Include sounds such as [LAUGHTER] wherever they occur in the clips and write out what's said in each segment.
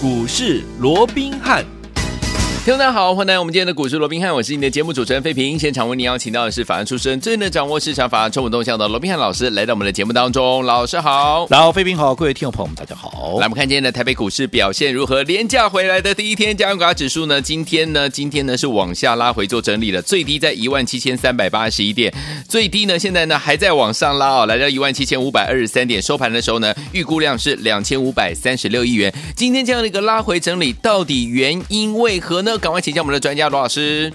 股市罗宾汉。听众大家好，欢迎来到我们今天的股市罗宾汉，我是你的节目主持人费平。现场为您邀请到的是法案出身、最能掌握市场法案冲动动向的罗宾汉老师，来到我们的节目当中。老师好，然后，飞平好，各位听众朋友们，大家好。来，我们看今天的台北股市表现如何？廉价回来的第一天，加权股价指数呢？今天呢？今天呢是往下拉回做整理了，最低在一万七千三百八十一点，最低呢现在呢还在往上拉哦，来到一万七千五百二十三点，收盘的时候呢，预估量是两千五百三十六亿元。今天这样的一个拉回整理，到底原因为何呢？赶快请教我们的专家罗老师。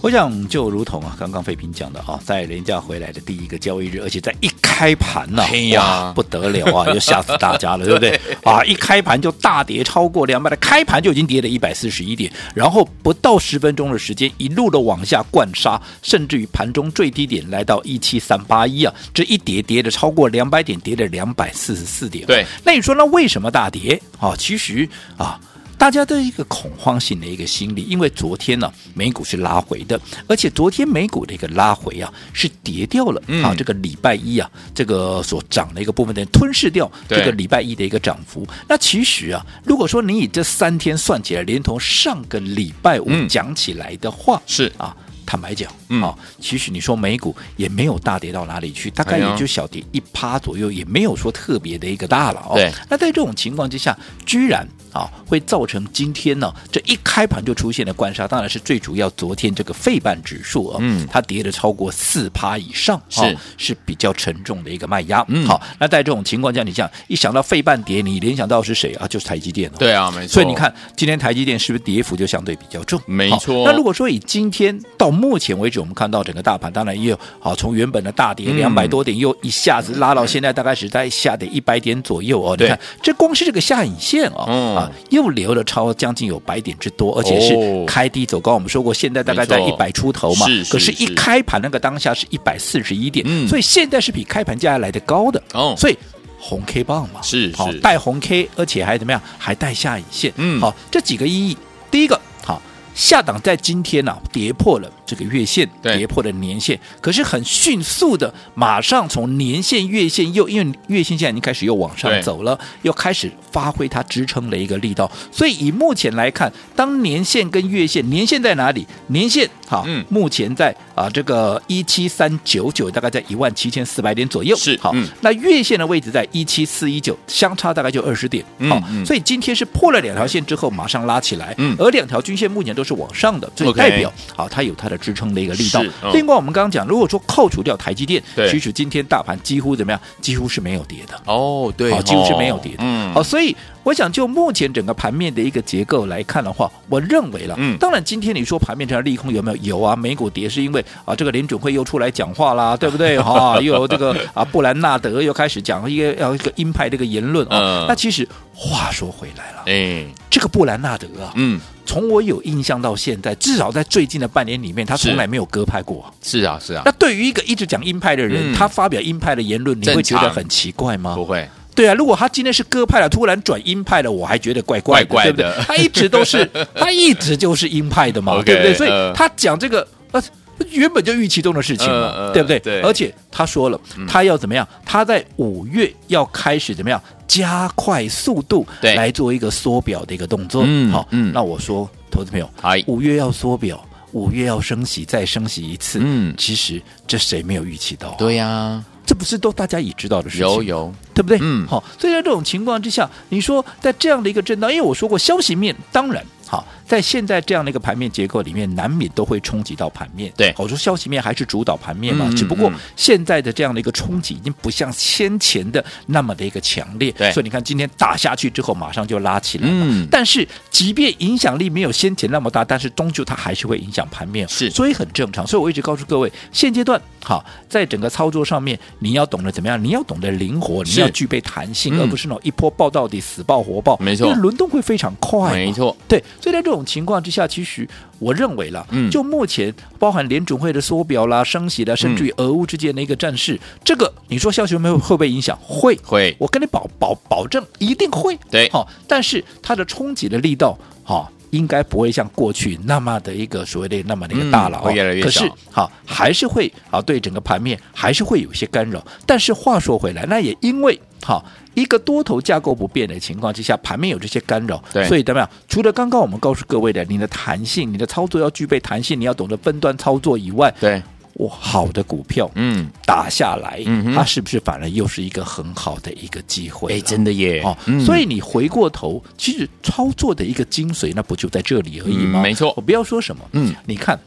我想就如同啊，刚刚费平讲的啊，在廉价回来的第一个交易日，而且在一开盘呢、嘿呀哇不得了啊，就吓死大家了，对不对？啊，一开盘就大跌超过两百的，开盘就已经跌了一百四十一点，然后不到十分钟的时间，一路的往下灌杀，甚至于盘中最低点来到一七三八一啊，这一跌跌的超过两百点，跌了两百四十四点。啊对，那你说那为什么大跌啊？其实啊。大家的一个恐慌性的一个心理，因为昨天呢、美股是拉回的，而且昨天美股的一个拉回啊，是跌掉了、嗯啊，这个礼拜一啊，这个所涨的一个部分的吞噬掉对这个礼拜一的一个涨幅。那其实啊，如果说你以这三天算起来，连同上个礼拜五嗯讲起来的话，是啊，坦白讲，嗯啊，其实你说美股也没有大跌到哪里去，大哎概呀也就小跌一趴左右，也没有说特别的一个大了哦。对，那在这种情况之下，居然啊会造成今天呢这一开盘就出现了关杀，当然是最主要昨天这个费半指数啊，嗯它跌了超过四趴以上，是哦是比较沉重的一个卖压。嗯好，那在这种情况下，你想一想到费半跌，你联想到是谁啊？就是台积电哦。对啊，没错。所以你，看，今天台积电是不是跌幅就相对比较重？没好错那如果说以今天到目前为止，我们看到整个大盘，当然也有好从原本的大跌嗯两百多点，又一下子拉到现在大概是在下跌一百点左右哦。你对看，这光是这个下影线哦，嗯啊，又留了超将近有百点之多，而且是哦开低走高。我们说过，现在大概没错在一百出头嘛是，是可是一是开盘那个当下是一百四十一点嗯，所以现在是比开盘价来的高的。哦所以。红 K 棒嘛，是好是带红 K，而且还怎么样？还带下影线。嗯好，这几个意义，第一个，好下档在今天呢、跌破了这个月线，对跌破了年线，可是很迅速的，马上从年线、月线又因为月线现在已经开始又往上对走了，又开始发挥它支撑的一个力道。所以以目前来看，当年线跟月线，年线在哪里？年线好，嗯目前在啊这个一七三九九，大概在一万七千四百点左右。是好，嗯那月线的位置在一七四一九，相差大概就二十点。嗯好，嗯所以今天是破了两条线之后马上拉起来，嗯而两条均线目前都是往上的，所以 OK 代表好它有它的支撑的一个力道是。嗯另外，我们刚刚讲，如果说扣除掉台积电对，其实今天大盘几乎怎么样？几乎是没有跌的。哦，对好，哦，几乎是没有跌的。嗯，好，所以我想就目前整个盘面的一个结构来看的话，我认为了，嗯当然今天你说盘面上的利空有没有？有啊，美股跌是因为啊，这个联准会又出来讲话 [LAUGHS] 啦，对不对？哈、又有这个啊，布兰纳德又开始讲一个要一个鹰派这个言论啊。嗯那其实话说回来了，哎，这个布兰纳德啊，嗯，从我有印象到现在，至少在最近的半年里面，他是从来没有鸽派过啊。是啊，是啊那，对于一个一直讲鹰派的人，嗯他发表鹰派的言论，你会正觉得常很奇怪吗？不会，对啊，如果他今天是鸽派了，突然转鹰派了，我还觉得怪怪的，怪怪的对不对？他一直都 [LAUGHS] 是，他一直就是鹰派的嘛 OK，对不对？所以呃他讲这个呃。原本就预期中的事情嘛，呃呃对不对？对嗯而且他说了，他要怎么样？他在五月要开始怎么样加快速度对来做一个缩表的一个动作。嗯好，嗯哎那我说，投资朋友，嗨，五月要缩表，五月要升息，再升息一次。嗯其实这谁没有预期到、啊？，对呀，这不是都大家已知道的事情吗有有，对不对？嗯好，所以在这种情况之下，你说在这样的一个震荡，因为我说过消息面，当然好，在现在这样的一个盘面结构里面，难免都会冲击到盘面。对我说消息面还是主导盘面嘛，嗯只不过嗯现在的这样的一个冲击已经不像先前的那么的一个强烈。对所以你看今天打下去之后，马上就拉起来了。嗯但是即便影响力没有先前那么大，但是终究它还是会影响盘面，是所以很正常。所以我一直告诉各位，现阶段好，在整个操作上面，你要懂得怎么样，你要懂得灵活，你是要具备弹性，嗯而不是那种一波爆到底、死爆活爆，没错因为轮动会非常快，没。错，对，所以在这种情况之下，其实我认为啦，嗯就目前包含联准会的缩表啦、升息啦，甚至于俄乌之间的一个战事，这个你说消息面会不会影响？会，会，我跟你保保保证一定会对好、但是它的冲击的力道好。应该不会像过去那么的一个所谓的那么的一个大佬、嗯会越来越可是小好还是会啊对整个盘面还是会有一些干扰。但是话说回来，那也因为好，一个多头架构不变的情况之下，盘面有这些干扰对，所以怎么样？除了刚刚我们告诉各位的，你的弹性，你的操作要具备弹性，你要懂得分段操作以外，对，哇，好的股票嗯，打下来，嗯哼它是不是反而又是一个很好的一个机会了？哎，真的耶，哦，所以你回过头，其实操作的一个精髓，那不就在这里而已吗？嗯没错哦我不要说什么，嗯，你看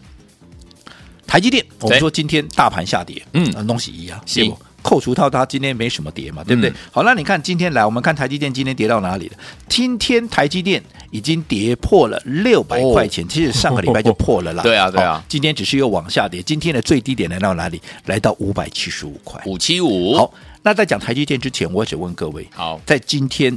台积电，我们对说今天大盘下跌，嗯呃东西一样，是对不扣除到它今天没什么跌嘛，对不对？嗯好，那你看今天来，我们看台积电今天跌到哪里了？今天台积电已经跌破了六百哦块钱，其实上个礼拜就破了啦。 [LAUGHS] 对啊对啊好今天只是又往下跌，今天的最低点来到哪里？来到五百七十五块。五七五，好，那在讲台积电之前，我只问各位，好在今天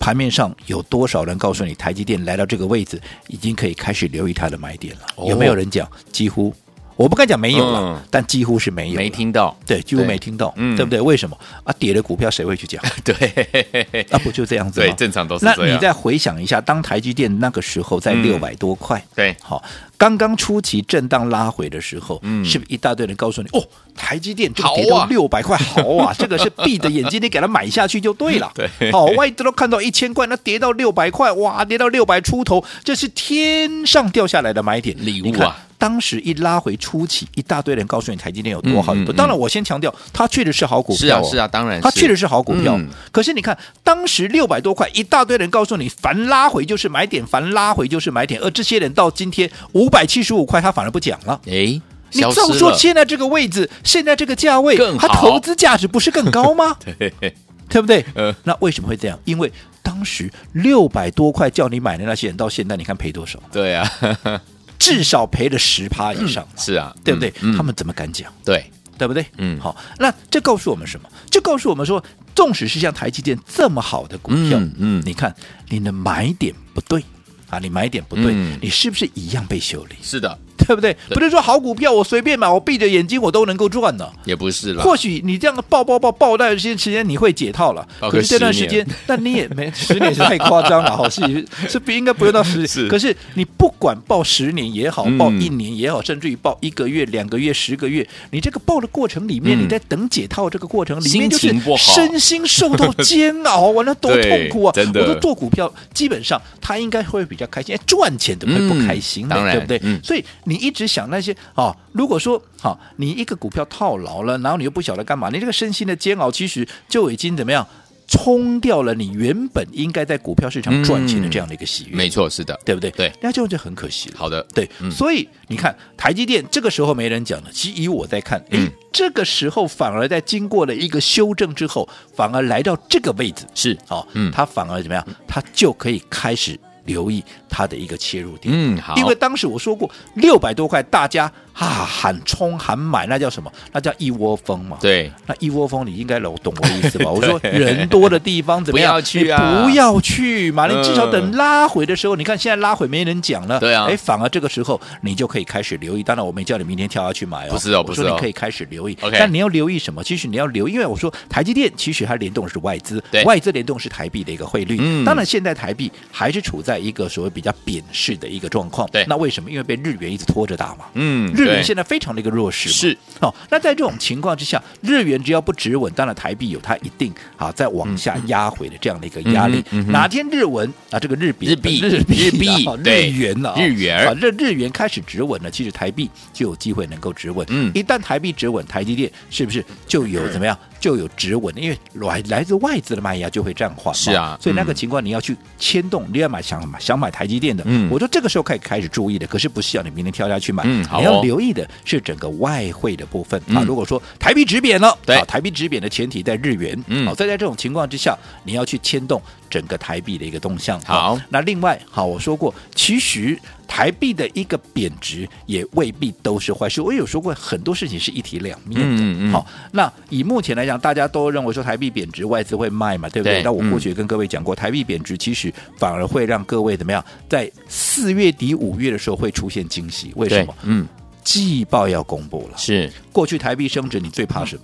盘面上有多少人告诉你台积电来到这个位置，已经可以开始留意它的买点了？哦有没有人讲？几乎，我不敢讲没有了，嗯但几乎是没有了没。[LAUGHS] 听到，对，几乎对没听到，嗯对不对？为什么啊？跌的股票谁会去讲？对，啊那不就这样子吗？对，正常都是那这你样，再回想一下，当台积电那个时候在嗯六百多块，对，好，刚刚初期震荡拉回的时候，嗯是不是一大堆人告诉你，哦，台积电这个好啊跌到六百块，好啊， [LAUGHS] 这个是闭着眼睛你给它买下去就对了。 [LAUGHS] 对好，外资都看到一千块，那跌到六百块，哇，跌到六百出头，这是天上掉下来的买点礼物啊你看当时一拉回初期，一大堆人告诉你台积电有多好有多嗯嗯嗯当然，我先强调，它确实是好股是票、啊哦，是啊，当然是，它确实是好股票，嗯可是你看，当时六百多块，一大堆人告诉你，凡拉回就是买点，凡拉回就是买点，而这些人到今天五百七十五块，他反而不讲了。哎，你消照失说 [LAUGHS] 了，现在这个位置，现在这个价位更，它好投资价值不是更高 [LAUGHS] 吗？嘿嘿对不对？嗯那为什么会这样？因为当时六百多块叫你买的那些人，到现在你看赔多少？对啊， [LAUGHS] 至少赔了十趴以上嘛，是啊，对不对？嗯嗯他们怎么敢讲？对，对不对？嗯好，那这告诉我们什么？这告诉我们说，纵使是像台积电这么好的股票，嗯嗯你看你的买点不对啊，你买点不对，嗯你是不是一样被修理？是的，对不对？对不是说好股票我随便买，我闭着眼睛我都能够赚的。也不是了，或许你这样抱抱抱抱段时间时间你会解套了，抱个可是这段10时年间，那你也没 [LAUGHS] 十年是太夸张了，好是是不应该不用到十 [LAUGHS] 是年。可是你不管抱十年也好嗯，抱一年也好，甚至于抱一个月、两个月、十个月，你这个抱的过程里面，嗯你在等解套这个过程里面，就是心情不好身心受到煎熬啊，那多痛 [LAUGHS] 对苦啊！真的我说做股票基本上他应该会比较开心，哎赚钱怎么会不开心呢？嗯当然对不对？嗯所以你一直想那些啊、哦如果说好、你一个股票套牢了，然后你又不晓得干嘛，你这个身心的煎熬，其实就已经怎么样冲掉了你原本应该在股票市场赚钱的这样的一个喜悦，没错，是的，对不对？对，那就就很可惜了。好的，对，嗯所以你看台积电这个时候没人讲了，其实以我在看，诶嗯这个时候反而在经过了一个修正之后，反而来到这个位置，是，哦，嗯它反而怎么样？它就可以开始留意它的一个切入点。嗯，好，因为当时我说过，六百多块，大家啊喊冲喊买，那叫什么？那叫一窝蜂嘛。对，那一窝蜂，你应该懂懂我意思 [LAUGHS] 吧？我说人多的地方怎么样？不要去啊你不要去嘛！你至少嗯等拉回的时候，你看现在拉回没人讲了，对啊哎，反而这个时候你就可以开始留意。当然，我没叫你明天跳下去买哦，不是哦我不是说哦你可以开始留意。 OK 但你要留意什么？其实你要留意，因为我说台积电其实它联动的是外资对，外资联动是台币的一个汇率。嗯当然，现在台币还是处在一个所谓比较贬势的一个状况。对那为什么？因为被日元一直拖着打嘛。嗯，日元对现在非常的一个弱势嘛，是哦。那在这种情况之下，日元只要不止稳，当然台币有它一定啊在往下压回的这样的一个压力。嗯嗯哼嗯哼哪天日文啊这个日币日币日币日币啊对日元了日元啊这日元开始止稳了，其实台币就有机会能够止稳。嗯一旦台币止稳，台积电是不是就有怎么样就有止稳？因为来来自外资的卖压就会暂缓嘛。是啊所以那个嗯情况你要去牵动，你要买想买想买台积电的，嗯我说这个时候可以开始注意的，可是不是要你明天跳下去买。嗯好哦你要留意的是整个外汇的部分、啊嗯。如果说台币值贬了，对啊台币值贬的前提在日元，嗯好、所以在这种情况之下，你要去牵动整个台币的一个动向。哦好那另外，好，我说过，其实台币的一个贬值也未必都是坏事。我有说过，很多事情是一体两面的。嗯嗯嗯好，那以目前来讲，大家都认为说台币贬值，外资会卖嘛，对不对？对那我嗯过去也跟各位讲过，台币贬值其实反而会让各位怎么样，在四月底五月的时候会出现惊喜。为什对么？，嗯，季报要公布了。是过去台币升值，你最怕什么？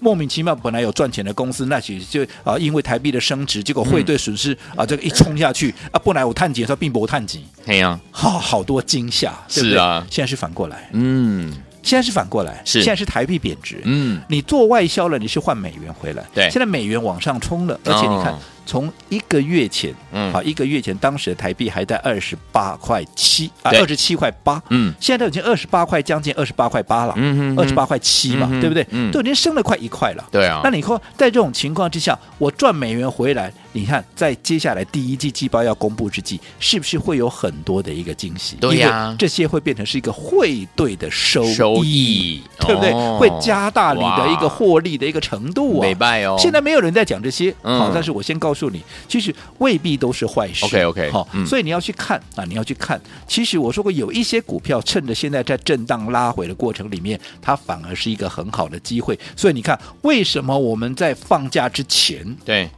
莫名其妙，本来有赚钱的公司，那其实就啊、因为台币的升值，结果汇兑损失啊、嗯这个一冲下去啊，本来我探底的时候并不探底，嘿呀，哈、好多惊吓，对不对是啊现在是反过来，嗯，现在是反过来，是现在是台币贬值，嗯，你做外销了，你是换美元回来，对现在美元往上冲了，而且你看哦，从一个月前，嗯好，一个月前当时的台币还在二十八块七啊，对二十七块八，嗯，现在都已经二十八块，将近二十八块八了，嗯哼哼二十八块七嘛嗯，哼对不对嗯？都已经升了快一块了，对啊那你说在这种情况之下，我赚美元回来，你看在接下来第一季季报要公布之际，是不是会有很多的一个惊喜？对呀因为这些会变成是一个汇兑的收益，收益对不对？哦会加大你的一哇个获利的一个程度啊。美拜哦，现在没有人在讲这些，嗯好，但是我先告诉你，其实未必都是坏事。 OK，OK，好嗯，所以你要去看啊，你要去看。其实我说过，有一些股票趁着现在在震荡拉回的过程里面，它反而是一个很好的机会。所以你看，为什么我们在放假之前，对，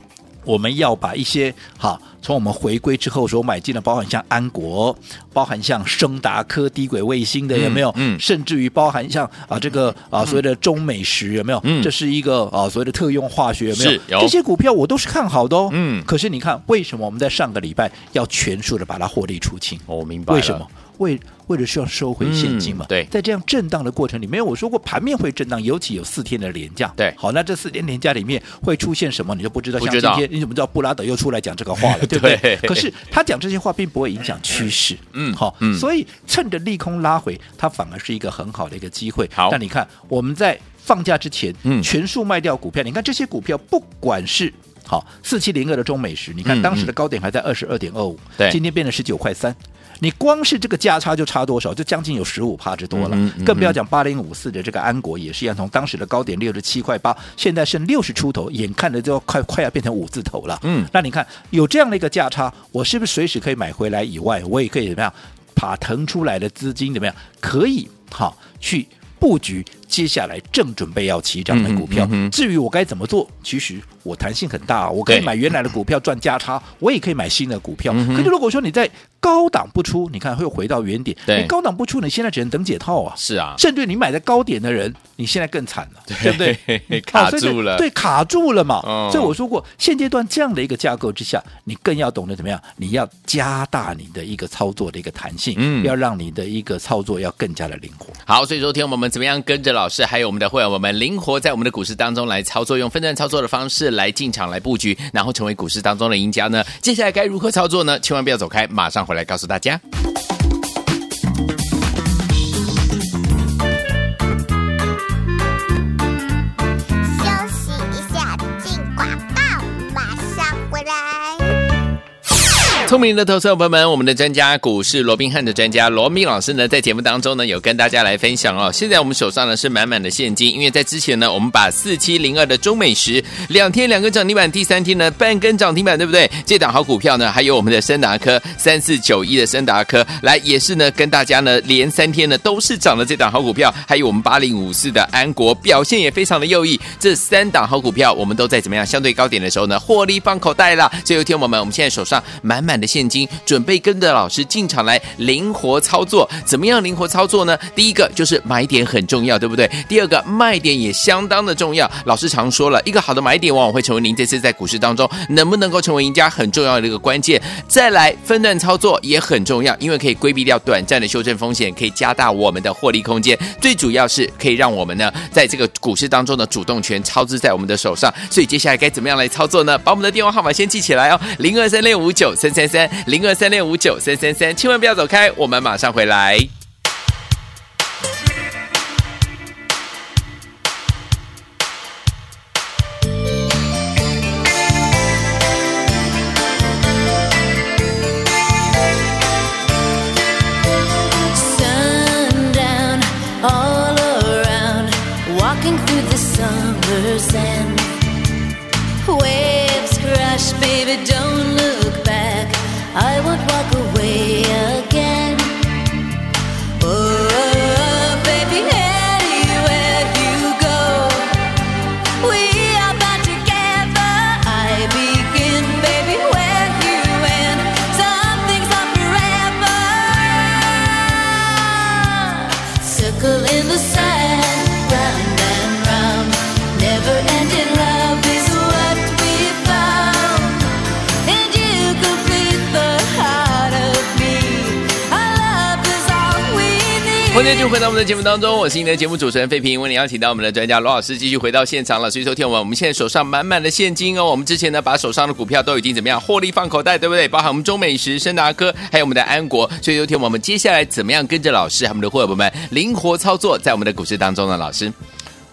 我们要把一些好从我们回归之后所买进的，包含像安国，包含像升达科低轨卫星的，嗯有没有？嗯甚至于包含像啊这个啊所谓的中美食有没有？嗯这是一个啊所谓的特用化学有没有？是有这些股票我都是看好的哦。嗯可是你看，为什么我们在上个礼拜要全数的把它获利出清？我哦明白了为什么？？为为了是要收回现金嘛、嗯对在这样震荡的过程里面，我说过盘面会震荡，尤其有四天的连假。对好，那这四天连假里面会出现什么，你就不知道。不像知今道天你怎么知道布拉德又出来讲这个话 [LAUGHS] 了，对不对？对可是他讲这些话并不会影响趋势。嗯好，嗯所以趁着利空拉回，它反而是一个很好的一个机会。好那你看我们在放假之前，嗯全数卖掉股票，你看这些股票不管是。好，四七零二的中美食，你嗯看当时嗯的高点还在二十二点二五，对今天变成十九块三，你光是这个价差就差多少？就将近有十五帕之多了，嗯哼嗯哼更不要讲八零五四的这个安国也是一样，从当时的高点六十七块八，现在剩六十出头，眼看着就要快快要变成五字头了。嗯，那你看有这样的一个价差，我是不是随时可以买回来？以外，我也可以怎么样，把腾出来的资金怎么样，可以好去布局接下来正准备要起涨的股票。嗯哼嗯哼至于我该怎么做，其实我弹性很大，啊我可以对买原来的股票赚价差，我也可以买新的股票。嗯哼可是如果说你在高档不出，你看会回到原点。对你高档不出，你现在只能等解套啊。是啊，？甚至你买在高点的人，你现在更惨了， [LAUGHS] 对不对你 [LAUGHS] 卡啊所以住了对，卡住了嘛。哦所以我说过，现阶段这样的一个架构之下，你更要懂得怎么样，你要加大你的一个操作的一个弹性，嗯要让你的一个操作要更加的灵活。好，所以昨天我们怎么样跟着老师，还有我们的会员我们灵活在我们的股市当中来操作，用分段操作的方式来进场来布局，然后成为股市当中的赢家呢？接下来该如何操作呢？千万不要走开，马上回来告诉大家。休息一下，进广告，马上回来。聪明的投资者朋友们，我们的专家股市罗宾汉的专家罗密老师呢，在节目当中呢有跟大家来分享哦。现在我们手上呢是满满的现金，因为在之前呢，我们把四七零二的中美食两天两根涨停板，第三天呢半根涨停板，对不对？这档好股票呢，还有我们的森达科三四九一的森达科，来也是呢跟大家呢连三天呢都是涨的这档好股票，还有我们八零五四的安国表现也非常的优异，这三档好股票我们都在怎么样相对高点的时候呢获利放口袋啦。所以有天我们我们现在手上满满的现金，准备跟着老师进场来灵活操作。怎么样灵活操作呢？第一个就是买点很重要，对不对？第二个卖点也相当的重要。老师常说了，一个好的买点往往会成为您这次在股市当中能不能够成为赢家很重要的一个关键。再来分段操作也很重要，因为可以规避掉短暂的修正风险，可以加大我们的获利空间。最主要是可以让我们呢在这个股市当中的主动权操之在我们的手上。所以接下来该怎么样来操作呢？把我们的电话号码先记起来哦，零二三六五九三三三，零二三六五九三三三，千万不要走开，我们马上回来。 sundown all around walking through the summer sand waves crash baby don't look back i won't walk away again oh baby anywhere you go we are bound together i begin baby where you end some things are forever Circle in the sand, round and round. Never ending love is what we found. And you 欢迎继续回到我们的节目当中，我是你的节目主持人费平，为你邀请到我们的专家罗老师继续回到现场了。所以说，听我们，我们现在手上满满的现金哦。我们之前呢，把手上的股票都已经怎么样获利放口袋，对不对？包含我们中美食、深达科，还有我们的安国。所以说，听我们，我们接下来怎么样跟着老师，还有我们的伙伴们灵活操作在我们的股市当中呢？老师，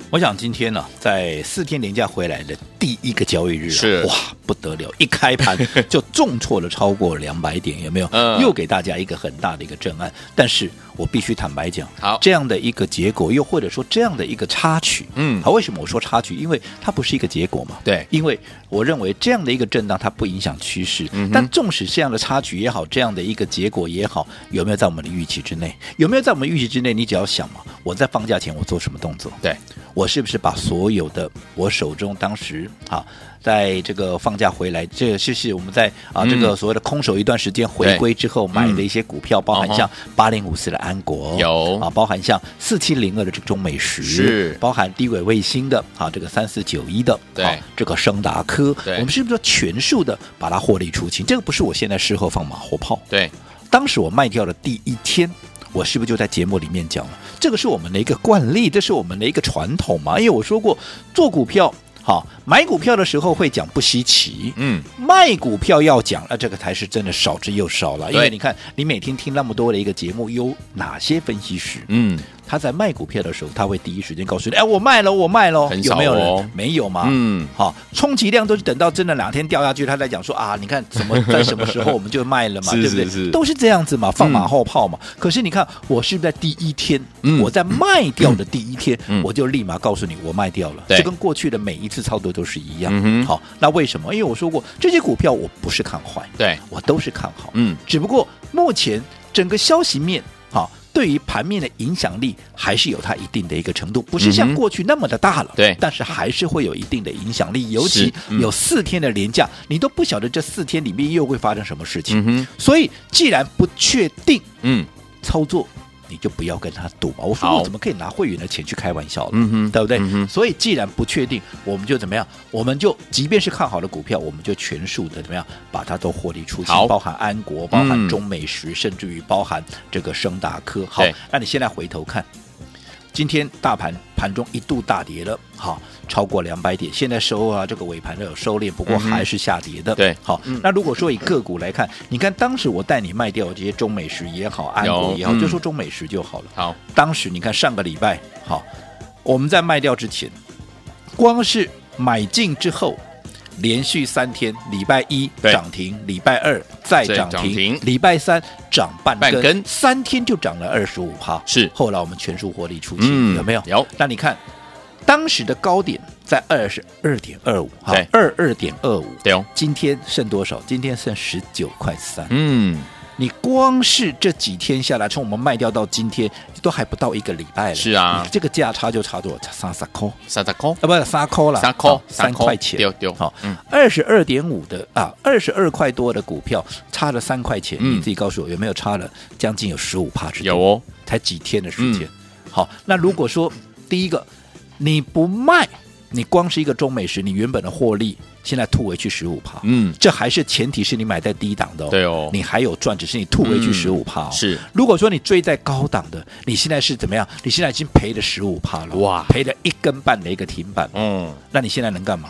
我想今天呢、在四天连假回来的第一个交易日、啊，是哇不得了，一开盘就重挫了超过两百点，有没有？嗯又给大家一个很大的一个震撼。但是我必须坦白讲，好这样的一个结果，又或者说这样的一个插曲，嗯好，为什么我说插曲？因为它不是一个结果嘛，对因为我认为这样的一个震荡，它不影响趋势。嗯哼但纵使这样的插曲也好，这样的一个结果也好，有没有在我们的预期之内？有没有在我们预期之内？你只要想嘛，我在放假前我做什么动作？对，我是不是把所有的我手中当时啊，在这个放假回来，这个是是我们在啊、嗯这个所谓的空手一段时间回归之后买的一些股票，包含像八零五四的安国嗯有啊，包含像四七零二的这个中美食是包含低轨卫星的啊，这个三四九一的对啊，这个升达科，对我们是不是说全数的把它获利出清？这个不是我现在事后放马后炮，对，当时我卖掉的第一天，我是不是就在节目里面讲了？这个是我们的一个惯例，这是我们的一个传统嘛。因为我说过，做股票好，买股票的时候会讲不稀奇，嗯，卖股票要讲，那这个才是真的少之又少了。因为对你看，你每天听那么多的一个节目，有哪些分析师？嗯，他在卖股票的时候，他会第一时间告诉你：“哎，我卖了，我卖了。很”少有没有哦人？没有嘛。嗯，好，充其量都是等到真的哪天掉下去，他再讲说啊，你看什么在什么时候我们就卖 [LAUGHS] 了嘛，是对不对？是是都是这样子嘛，放马后炮嘛。可是你看，我是不是在第一天，嗯我在卖掉的第一天，嗯我就立马告诉你我卖掉了，对这跟过去的每一次操作都是一样。嗯哼好，那为什么？因为我说过，这些股票我不是看坏，对，我都是看好。嗯，只不过目前整个消息面，好、对于盘面的影响力还是有它一定的一个程度，不是嗯像哼过去那么的大了。对但是还是会有一定的影响力，尤是其嗯有四天的连假，你都不晓得这四天里面又会发生什么事情。嗯哼，所以，既然不确定嗯，操作。你就不要跟他赌嘛！我说好我怎么可以拿会员的钱去开玩笑了？嗯哼对不对？嗯哼所以既然不确定，我们就怎么样？我们就即便是看好的股票，我们就全数的怎么样把它都获利出清好，包含安国，包含嗯中美食，甚至于包含这个升达科。好对，那你现在回头看，今天大盘盘中一度大跌了，好，超过两百点，现在收啊这个尾盘呢有收敛，不过嗯哼还是下跌的。对嗯好，那如果说以个股来看，你看当时我带你卖掉这些中美食也好，安国也好，有嗯就说中美食就好了。好，当时你看上个礼拜，好，我们在卖掉之前，光是买进之后，连续三天，礼拜一对涨停，礼拜二再再涨涨停，停礼拜三涨半根，半根三天就涨了二十五趴。是后来我们全数获利出清，嗯，有没有？有，那你看当时的高点在二十二点二五，哈对，二二点二五。对哦，今天剩多少？今天剩十九块三。嗯，你光是这几天下来，从我们卖掉到今天，都还不到一个礼拜了。是啊你这个价差就差多少？差三十块。三十块，啊，不是三块啦，三块哦三三块块钱，对对好嗯，二十二点五的啊，二十二块多的股票，差了三块钱，嗯你自己告诉我有没有差了将近有十五帕之多有哦，才几天的时间。嗯好，那如果说第一个你不卖，你光是一个中美食，你原本的获利现在吐回去十五帕，嗯，这还是前提是你买在低档的哦，对哦你还有赚，只是你吐回去嗯十五帕。是，如果说你追在高档的，你现在是怎么样？你现在已经赔了十五帕了，哇赔了一根半的一个停板。嗯，那你现在能干嘛？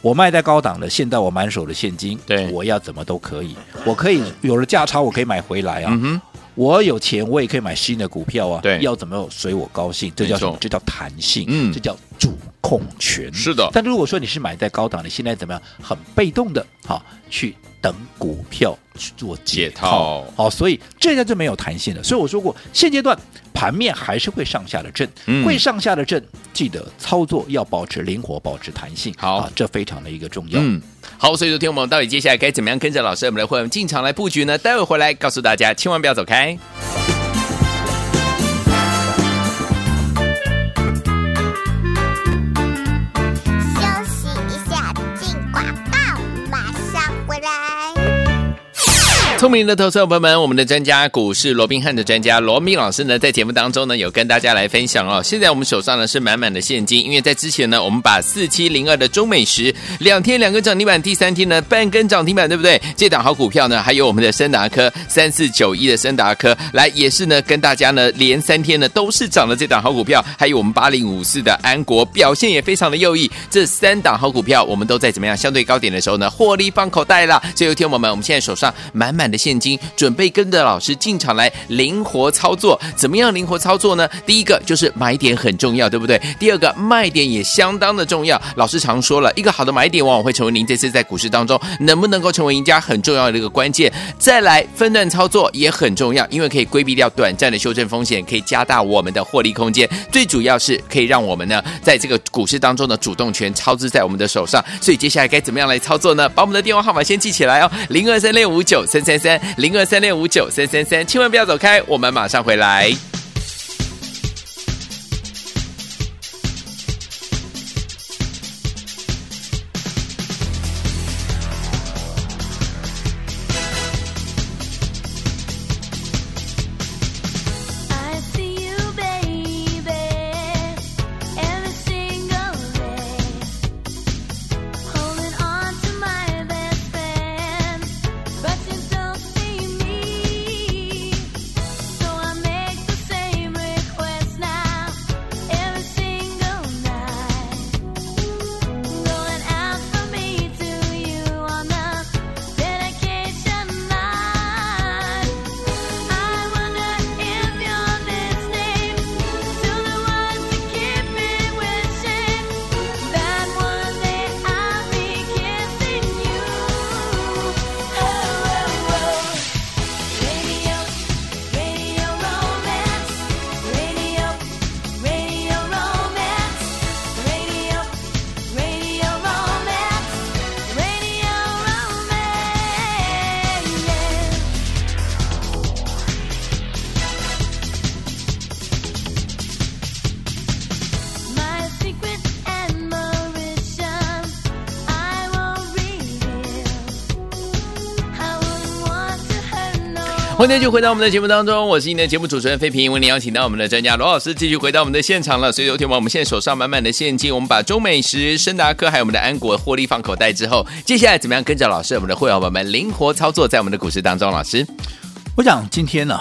我卖在高档的，现在我满手的现金，对我要怎么都可以，我可以有了价差，我可以买回来啊。嗯哼，我有钱，我也可以买新的股票啊。对要怎么随我高兴，这叫什没么错？这叫弹性，嗯这叫主控权。是的但如果说你是买在高档，你现在怎么样？很被动的，好去等股票去做解解套好，所以这下就没有弹性了。所以我说过，现阶段盘面还是会上下的震，嗯会上下的震，记得操作要保持灵活，保持弹性。好啊这非常的一个重要。嗯，好，所以昨天我们到底接下来该怎么样跟着老师，我们来会员进场来布局呢？待会儿回来告诉大家，千万不要走开。休息一下，进广告，马上回来。聪明的投资者朋友们，我们的专家股市罗宾汉的专家罗密老师呢，在节目当中呢，有跟大家来分享哦。现在我们手上呢是满满的现金，因为在之前呢，我们把四七零二的中美食两天两根涨停板，第三天呢半根涨停板，对不对？这档好股票呢，还有我们的森达科三四九一的森达科，来也是呢跟大家呢连三天呢都是涨的这档好股票，还有我们八零五四的安国表现也非常的优异，这三档好股票我们都在怎么样相对高点的时候呢获利放口袋啦。所以，有听我们，我们现在手上满满的现金，准备跟着老师进场来灵活操作。怎么样灵活操作呢？第一个就是买点很重要，对不对？第二个卖点也相当的重要。老师常说了，一个好的买点往往会成为您这次在股市当中能不能够成为赢家很重要的一个关键。再来分段操作也很重要，因为可以规避掉短暂的修正风险，可以加大我们的获利空间。最主要是可以让我们呢，在这个股市当中的主动权操之在我们的手上。所以接下来该怎么样来操作呢？把我们的电话号码先记起来哦，零二三六五九三三三，零二三六五九三三三，千万不要走开，我们马上回来。 I see you, baby, every single day, holding on to my best friend, but you don't see me. So I make the same request now, every single night, going out from me to you on the dedication night. I wonder if you're listening to the ones that keep me wishing that one day I'll be kissing you. Radio, radio romance, radio, radio romance, radio, radio romance, radio romance. My secret and ambition I won't reveal. I wouldn't want to hurt no. 欢迎继续回到我们的节目当中，我是您的节目主持人费平，为您邀请到我们的专家罗老师继续回到我们的现场了。所以，有天王，我们现在手上满满的现金，我们把中美食、深达科还有我们的安国获利放口袋之后，接下来怎么样跟着老师，我们的会员宝宝们灵活操作在我们的股市当中？老师，我想今天呢、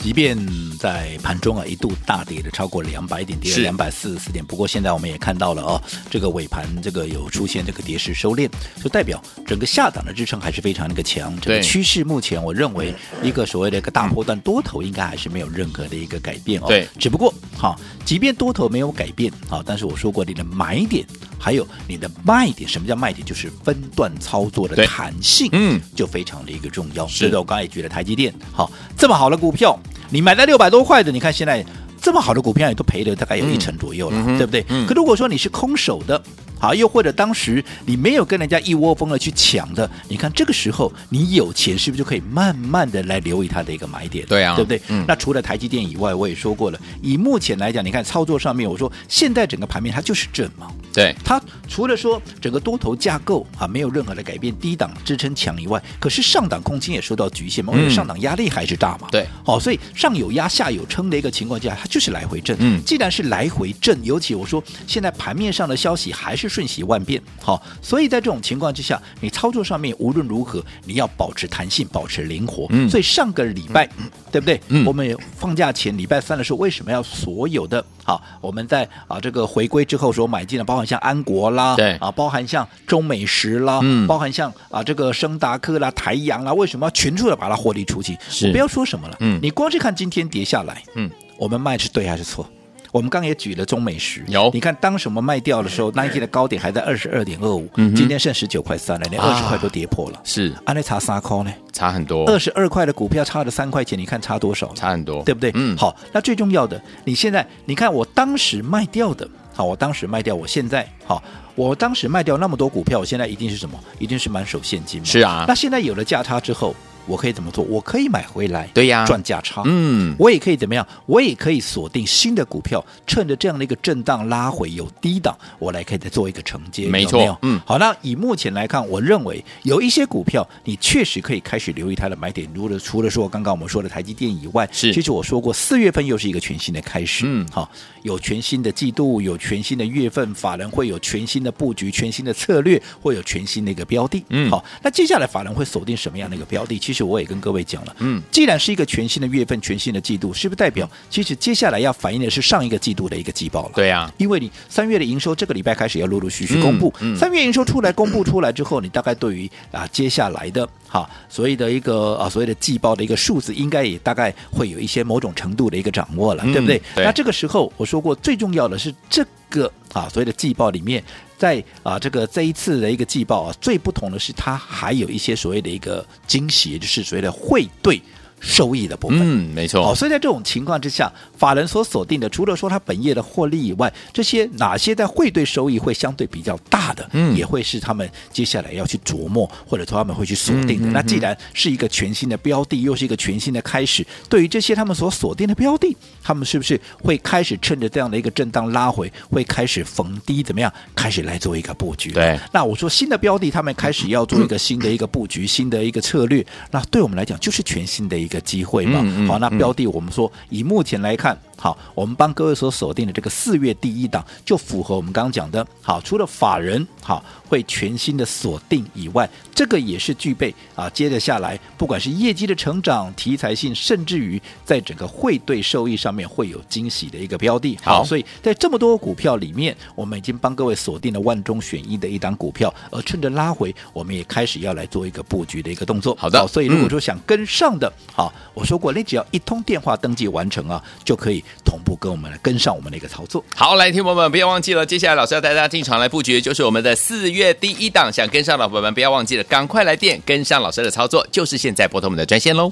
即便在盘中啊一度大跌的超过两百点，跌了是两百四十四点，不过现在我们也看到了哦，这个尾盘这个有出现这个跌势收敛，就代表整个下档的支撑还是非常那个强。整对个趋势目前我认为一个所谓的一个大波段多头应该还是没有任何的一个改变哦。对只不过哈、即便多头没有改变啊、但是我说过你的买点还有你的卖点，什么叫卖点？就是分段操作对的弹性，嗯，就非常的一个重要。是对的，我刚才也举了台积电，好，这么好的股票，你买在六百多块的，你看现在这么好的股票也都赔了大概有一成嗯左右了，对不对？可如果说你是空手的。好，又或者当时你没有跟人家一窝蜂的去抢的，你看这个时候你有钱是不是就可以慢慢的来留意它的一个买点？对啊对不对？嗯那除了台积电以外，我也说过了，以目前来讲，你看操作上面，我说现在整个盘面它就是正嘛，对，它除了说整个多头架构啊没有任何的改变，低档支撑强以外，可是上档空间也受到局限嘛，嗯因为上档压力还是大嘛。对，哦，所以上有压下有撑的一个情况下，它就是来回震。嗯既然是来回震，尤其我说现在盘面上的消息还是瞬息万变，好、所以在这种情况之下，你操作上面无论如何你要保持弹性，保持灵活。嗯所以上个礼拜、对不对？嗯我们放假前礼拜三的时候，为什么要所有的好？我们在啊这个回归之后所买进的，包含像安国啦，对啊，包含像中美食啦，嗯包含像啊这个升达科啦、台阳啊啦，为什么要全数的把它获利出清？是我不要说什么了，嗯你光是看今天跌下来，嗯，我们卖是对还是错？我们刚刚也举了中美食，有嗯你看当时我们卖掉的时候，那一天的高点还在二十二点二五，嗯哼今天剩十九块三了，连二十啊块都跌破了，是呃安利差三块呢，差很多，二十二块的股票差了三块钱，你看差多少？差很多，对不对？嗯，好，那最重要的，你现在你看我当时卖掉的，好，我当时卖掉，我现在好，我当时卖掉那么多股票，我现在一定是什么？一定是满手现金嘛。是啊那现在有了价差之后，我可以怎么做？我可以买回来，对呀赚价差，嗯我也可以怎么样？我也可以锁定新的股票，趁着这样的一个震荡拉回有低档，我来可以再做一个承接，没有错有嗯好，那以目前来看，我认为有一些股票你确实可以开始留意它的买点。除了除了说刚刚我们说的台积电以外，是其实我说过四月份又是一个全新的开始，嗯好，有全新的季度，有全新的月份，法人会有全新的布局、全新的策略，会有全新的一个标的，嗯好，那接下来法人会锁定什么样的一个标的？其实我也跟各位讲了，嗯，既然是一个全新的月份、全新的季度，是不是代表其实接下来要反映的是上一个季度的一个季报了？对啊呀，因为你三月的营收这个礼拜开始要陆陆续续公布，嗯嗯三月营收出来公布出来之后，你大概对于啊接下来的哈所谓的一个啊所谓的季报的一个数字，应该也大概会有一些某种程度的一个掌握了，嗯对不对？对那这个时候我说过，最重要的是这个啊所谓的季报里面。在啊，这个这一次的一个季报啊，最不同的是它还有一些所谓的一个惊喜，也就是所谓的汇兑收益的部分。嗯，没好、错，哦所以在这种情况之下，法人所锁定的，除了说它本业的获利以外，这些哪些在汇兑收益会相对比较大的，嗯也会是他们接下来要去琢磨，或者说他们会去锁定的。嗯嗯那既然是一个全新的标的，又是一个全新的开始，对于这些他们所锁定的标的，他们是不是会开始趁着这样的一个震荡拉回，会开始逢低怎么样，开始来做一个布局？对那我说新的标的，他们开始要做一个新的一个布局，新的一个策略，那对我们来讲就是全新的一个机会嘛。嗯嗯好，那嗯标的我们说以目前来看，好，我们帮各位所锁定的这个四月第一档就符合我们刚刚讲的。好，除了法人好会全新的锁定以外，这个也是具备啊，接着下来不管是业绩的成长、题材性，甚至于在整个汇兑收益上面会有惊喜的一个标的。好所以在这么多股票里面，我们已经帮各位锁定了万中选一的一档股票，而趁着拉回，我们也开始要来做一个布局的一个动作。好的所以如嗯果说想跟上的，好，我说过，你只要一通电话登记完成啊，就可以同步跟我们来跟上我们的一个操作。好，来，听众朋友们，不要忘记了，接下来老师要带大家进场来布局，就是我们的四月第一档，想跟上的伙伴们，不要忘记了，赶快来电跟上老师的操作，就是现在拨通我们的专线喽。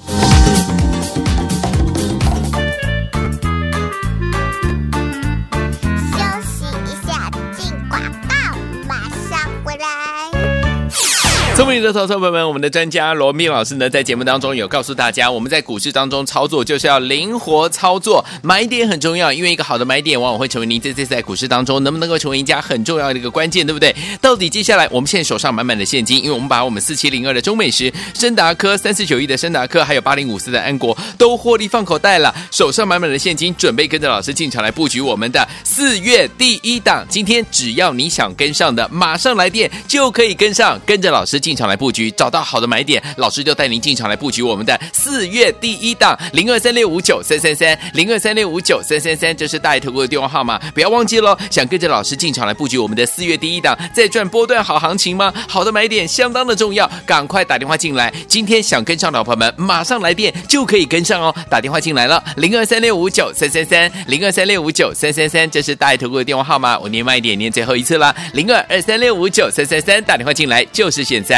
休息一下，进广告，马上回来。聪明的投资者朋友们，我们的专家罗密老师呢，在节目当中有告诉大家，我们在股市当中操作就是要灵活操作，买点很重要，因为一个好的买点往往会成为您这次在股市当中能不能够成为赢家很重要的一个关键，对不对？到底接下来我们现在手上满满的现金，因为我们把我们四七零二的中美食、深达科、三四九一的深达科，还有八零五四的安国都获利放口袋了，手上满满的现金，准备跟着老师进场来布局我们的四月第一档。今天只要你想跟上的，马上来电就可以跟上，跟着老师进场来布局，找到好的买点，老师就带您进场来布局我们的四月第一档零二三六五九三三三零二三六五九三三三，这是大爱投顾的电话号码，不要忘记喽。想跟着老师进场来布局我们的四月第一档，再赚波段好行情吗？好的买点相当的重要，赶快打电话进来。今天想跟上的朋友们，马上来电就可以跟上哦。打电话进来了，零二三六五九三三三零二三六五九三三三，这是大爱投顾的电话号码，我念慢一点，念最后一次啦，零二二三六五九三三三，打电话进来就是现在。